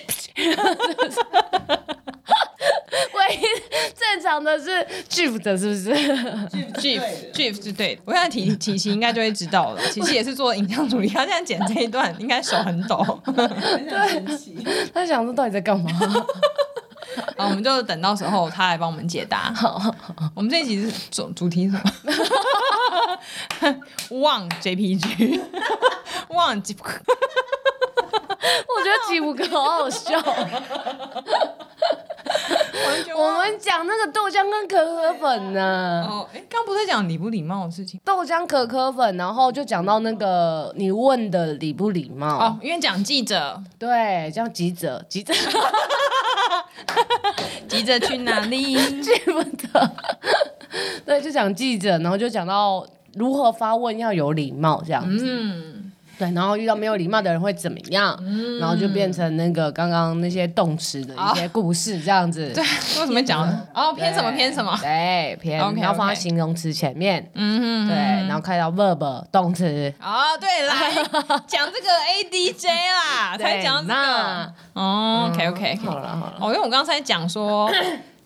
S1: p 唯一正常的是 GIF 的，是不是？
S2: GIF GIF 是对的。我想提提琪应该就会知道了，琪琪也是做影像处理，他现在剪这一段应该手很抖。
S3: 很想生气。
S1: 他想说到底在干嘛？
S2: 好，我们就等到时候他来帮我们解答。我们这一集是主主题是什么？ 忘 JPG，忘 G，
S1: 我觉得吉普哥好好 笑。
S2: 完全
S1: 我
S2: 忘。
S1: 们讲那个豆浆跟可可粉呢、
S2: 哦，哎，刚不是在讲礼不礼貌的事情
S1: 豆浆可可粉，然后就讲到那个你问的礼不礼貌。
S2: 哦，因为讲记者
S1: 对，叫记者，记者
S2: 急着去哪里？
S1: 记不得。对，就讲记者，然后就讲到如何发问要有礼貌这样子。
S2: 嗯
S1: 对，然后遇到没有礼貌的人会怎么样？然后就变成那个刚刚那些动词的一些故事这样子。
S2: 对，为什么讲呢？哦，偏什么偏什么？
S1: 对，偏
S2: OK，OK
S1: 然后放在形容词前面。
S2: 嗯哼，
S1: 对，然后看到 verb 动词。
S2: 哦，对 啦，讲这个 ADJ 啦，才讲
S1: 对
S2: 这个。
S1: 那嗯
S2: 哦，OK OK，
S1: 好了好了，
S2: 哦，因为我刚才讲说，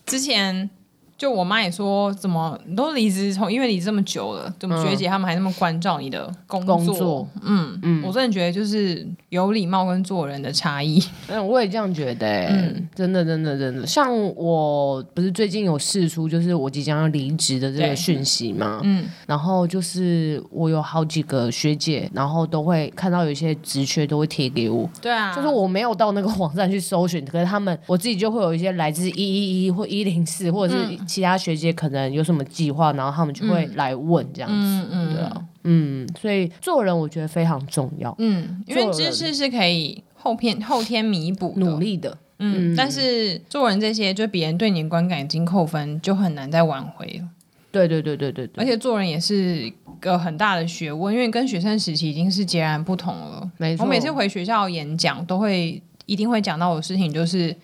S2: 之前就我妈也说，怎么你都离职从因为离职这么久了，怎么学姐他们还那么关照你的工作？
S1: 工作
S2: 嗯嗯，我真的觉得就是有礼貌跟做人的差异。
S1: 嗯，我也这样觉得、欸，
S2: 嗯
S1: 真的，真的，真的。像我不是最近有试出，就是我即将要离职的这
S2: 对
S1: 个讯息嘛，
S2: 嗯
S1: 然后就是我有好几个学姐，然后都会看到有一些职缺都会贴给我，
S2: 对啊，
S1: 就是我没有到那个网站去搜寻，可是他们我自己就会有一些来自一一一或一零四，或者是
S2: 嗯
S1: 其他学姐可能有什么计划，然后他们就会来问这样子，
S2: 嗯嗯
S1: 对啊，嗯，所以做人我觉得非常重要，
S2: 嗯，因为
S1: 做
S2: 知
S1: 人
S2: 识是可以后片后天弥补的
S1: 努，力的，
S2: 嗯，
S1: 嗯
S2: 但是做人这些，就别人对你的观感已经扣分，就很难再挽回了。
S1: 对对对对对对，
S2: 而且做人也是个很大的学问，因为跟学生时期已经是截然不同了。
S1: 没错，
S2: 我每次回学校演讲，都会一定会讲到的事情，就是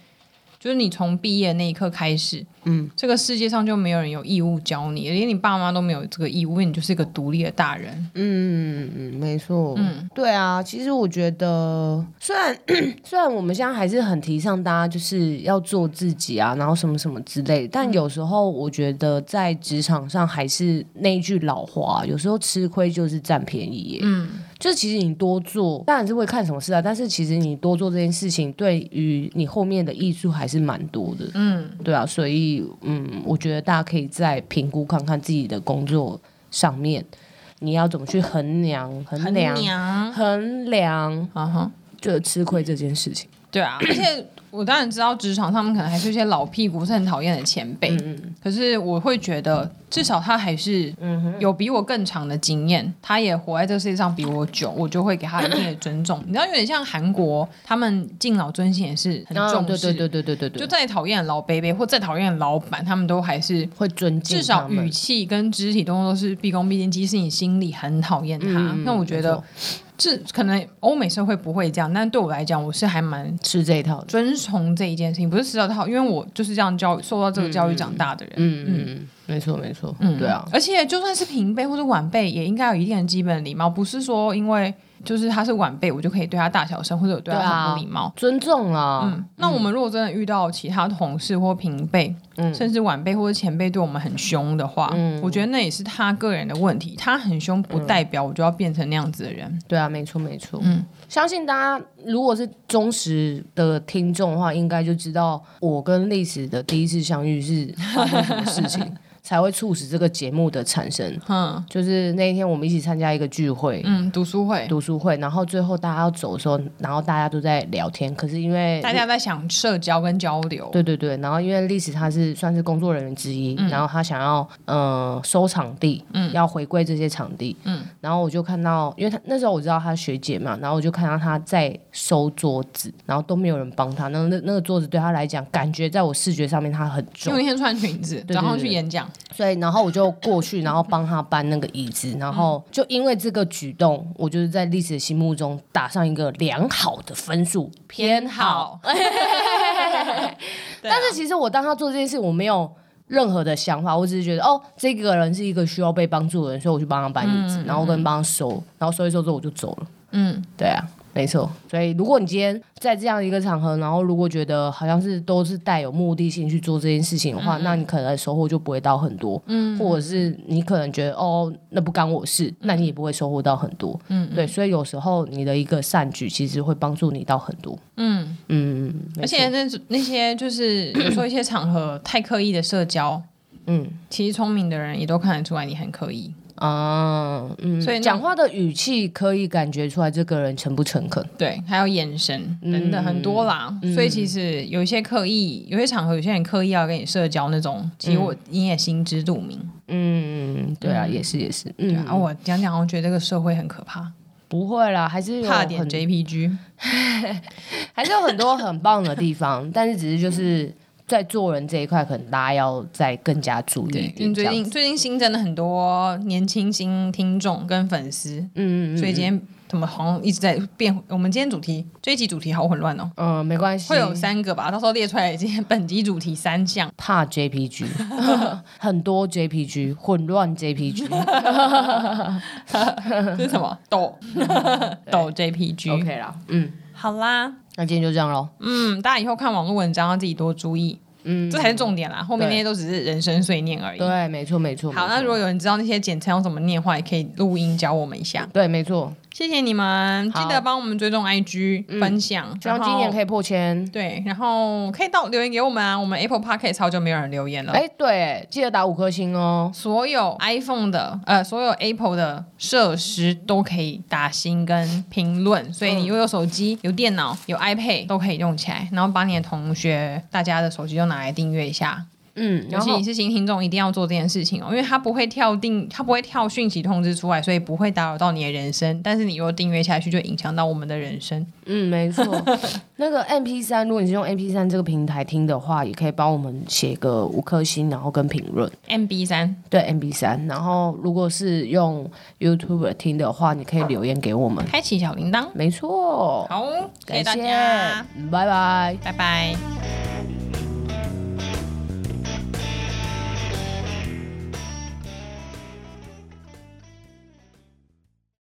S2: 就是你从毕业那一刻开始，嗯，这个世界上就没有人有义务教你，连你爸妈都没有这个义务，因为你就是一个独立的大人。
S1: 嗯，嗯，没错，嗯，对啊，其实我觉得，虽然 虽然我们现在还是很提倡大家就是要做自己啊，然后什么什么之类，但有时候我觉得在职场上还是那一句老话，有时候吃亏就是占便宜耶。
S2: 嗯，
S1: 就是其实你多做，当然是会看什么事啊，但是其实你多做这件事情，对于你后面的益处还是蛮多的。
S2: 嗯，
S1: 对啊，所以嗯，我觉得大家可以再评估看看自己的工作上面，你要怎么去衡量、衡量、
S2: 娘，
S1: 衡量
S2: 啊哈。
S1: 就吃亏这件事情。
S2: 对啊，而且我当然知道职场上面可能还是一些老屁股，是很讨厌的前辈。
S1: 嗯
S2: 可是我会觉得，至少他还是
S1: 嗯
S2: 有比我更长的经验，他也活在这世界上比我久，我就会给他一定的 尊重。你知道，有点像韩国，他们敬老尊贤也是很重视。
S1: 哦啊对对对对对对
S2: 就
S1: 对，
S2: 再讨厌的老伯伯或再讨厌的老板，他们都还是
S1: 会尊敬
S2: 至
S1: 他
S2: 少
S1: 们
S2: 语气跟肢体动作都是毕恭毕敬，即使你心里很讨厌他。
S1: 嗯
S2: 那我觉
S1: 没
S2: 得
S1: 错
S2: 这可能欧美社会不会这样，但对我来讲，我是还蛮
S1: 吃这一套的。
S2: 遵从这一件事情，不是迟早的好，因为我就是这样教育，受到这个教育长大的人。
S1: 嗯嗯嗯，没错没错，
S2: 嗯
S1: 对啊，
S2: 而且就算是平辈或者晚辈，也应该有一定的基本礼貌，不是说因为就是他是晚辈，我就可以对他大小声，或者我对
S1: 对
S2: 他
S1: 啊
S2: 很不礼貌。
S1: 尊重啊啦，
S2: 嗯，那我们如果真的遇到其他同事或平辈，
S1: 嗯
S2: 甚至晚辈或者前辈对我们很凶的话，我觉得那也是他个人的问题。他很凶不代表我就要变成那样子的人。
S1: 对啊，没错没错。
S2: 嗯
S1: 相信大家如果是忠实的听众的话，应该就知道我跟历史的第一次相遇是发生什么事 情，才会促使这个节目的产生。
S2: 嗯
S1: 就是那一天我们一起参加一个聚会。
S2: 嗯，读书会，
S1: 读书会，然后最后大家要走的时候，然后大家都在聊天。可是因为
S2: 大家在想社交跟交流。
S1: 对对对，然后因为历史他是算是工作人员之一，然后他想要嗯、呃收场地，
S2: 嗯
S1: 要回归这些场地，然后我就看到，因为他那时候我知道他学姐嘛，然后我就看到他在收桌子，然后都没有人帮他，那那那个桌子对他来讲，感觉在我视觉上面他很
S2: 因
S1: 重
S2: 为，那天穿裙子，
S1: 对
S2: 然后
S1: 对
S2: 去
S1: 对
S2: 演讲，
S1: 所以然后我就过去，然后帮他搬那个椅子，然后
S2: 嗯
S1: 就因为这个举动，我就是在历史的心目中打上一个良好的分数，偏好。
S2: 好。但
S1: 但是其实我当他做这件事，我没有任何的想法，我只是觉得哦，这个人是一个需要被帮助的人，所以我去帮他搬椅子，然后跟帮他收，然后收一收之后我就走了。
S2: 嗯，
S1: 对啊。没错，所以如果你今天在这样一个场合，然后如果觉得好像是都是带有目的性去做这件事情的话，那你可能收获就不会到很多，嗯，或者是你可能觉得哦，那不干我事，那你也不会收获到很多，嗯，对，所以有时候你的一个善举其实会帮助你到很多，嗯嗯，没
S2: 而
S1: 错
S2: 且那那些就是有时候一些场合太刻意的社交，
S1: 嗯，
S2: 其实聪明的人也都看得出来你很刻意。
S1: 啊，嗯，
S2: 所以那
S1: 讲话的语气可以感觉出来这个人诚不诚恳。
S2: 对，还有眼神等等很多啦，
S1: 嗯
S2: 所以其实有一些刻意，有些场合有些人刻意要跟你社交那种，其实我、你也心知肚明。
S1: 嗯，对啊，也是也是，嗯，
S2: 对啊，我讲讲，我觉得这个社会很可怕，
S1: 不会啦，还是有
S2: 怕点
S1: 很
S2: JPG。
S1: 还是有很多很棒的地方， 但是只是就是在做人这一块，可能大家要再更加注意一
S2: 因
S1: 点。
S2: 为
S1: 这
S2: 最
S1: 样
S2: 近
S1: 子，
S2: 最近新增了很多年轻新听众跟粉丝，
S1: 嗯嗯
S2: 所以今天怎么好像一直在变？我们今天主题这一集主题好混乱哦，
S1: 嗯，呃没关系，
S2: 会有三个吧？到时候列出来，今天本集主题 三项。
S1: 怕 JPG，很多 JPG，混乱 JPG，OK
S2: 这是什么？ 抖抖 JPG。
S1: 啦，嗯，
S2: 好啦，
S1: 那今天就这样喽，
S2: 嗯，大家以后看网络文章要自己多注意。嗯，这才是重点啦。后面那些都只是人生碎念而已。
S1: 对，啊没错没错。
S2: 好，那如果有人知道那些简称要怎么念的话，也可以录音教我们一下。
S1: 对，没错，
S2: 谢谢你们，记
S1: 好嗯
S2: 得帮我们追踪 IG 分享，
S1: 希望今年可
S2: 以
S1: 以破千。
S2: 对，然后可以到留言给我们啊。我们 Apple Podcast 好久没有人留言了。
S1: 哎，对，记得打五颗星哦。
S2: 所有 iPhone 的呃，所有 Apple 的设施都可以打星跟评论，
S1: 嗯
S2: 所以你又有手机、有电脑、有 iPad 都可以用起来，然后把你的同学大家的手机都拿来订阅一下。
S1: 嗯，
S2: 尤
S1: 然
S2: 其
S1: 后
S2: 你是新听众，一定要做这件事情哦，因为它不会跳定，它不会跳讯息通知出来，所以不会打扰到你的人生。但是你如果订阅下去，就影响到我们的人生。
S1: 嗯，没 错，那个 M P 三，如果你是用 M P 三这个平台听的话，也可以帮我们写个五颗星，然后跟评论。
S2: MB 三，
S1: 对 M P 三，然后如果是用 YouTube 听的话，你可以留言给我们。
S2: 开启小铃铛，
S1: 没错，
S2: 好，谢谢
S1: 感
S2: 大
S1: 谢
S2: 家，，
S1: 拜拜。
S2: 拜拜。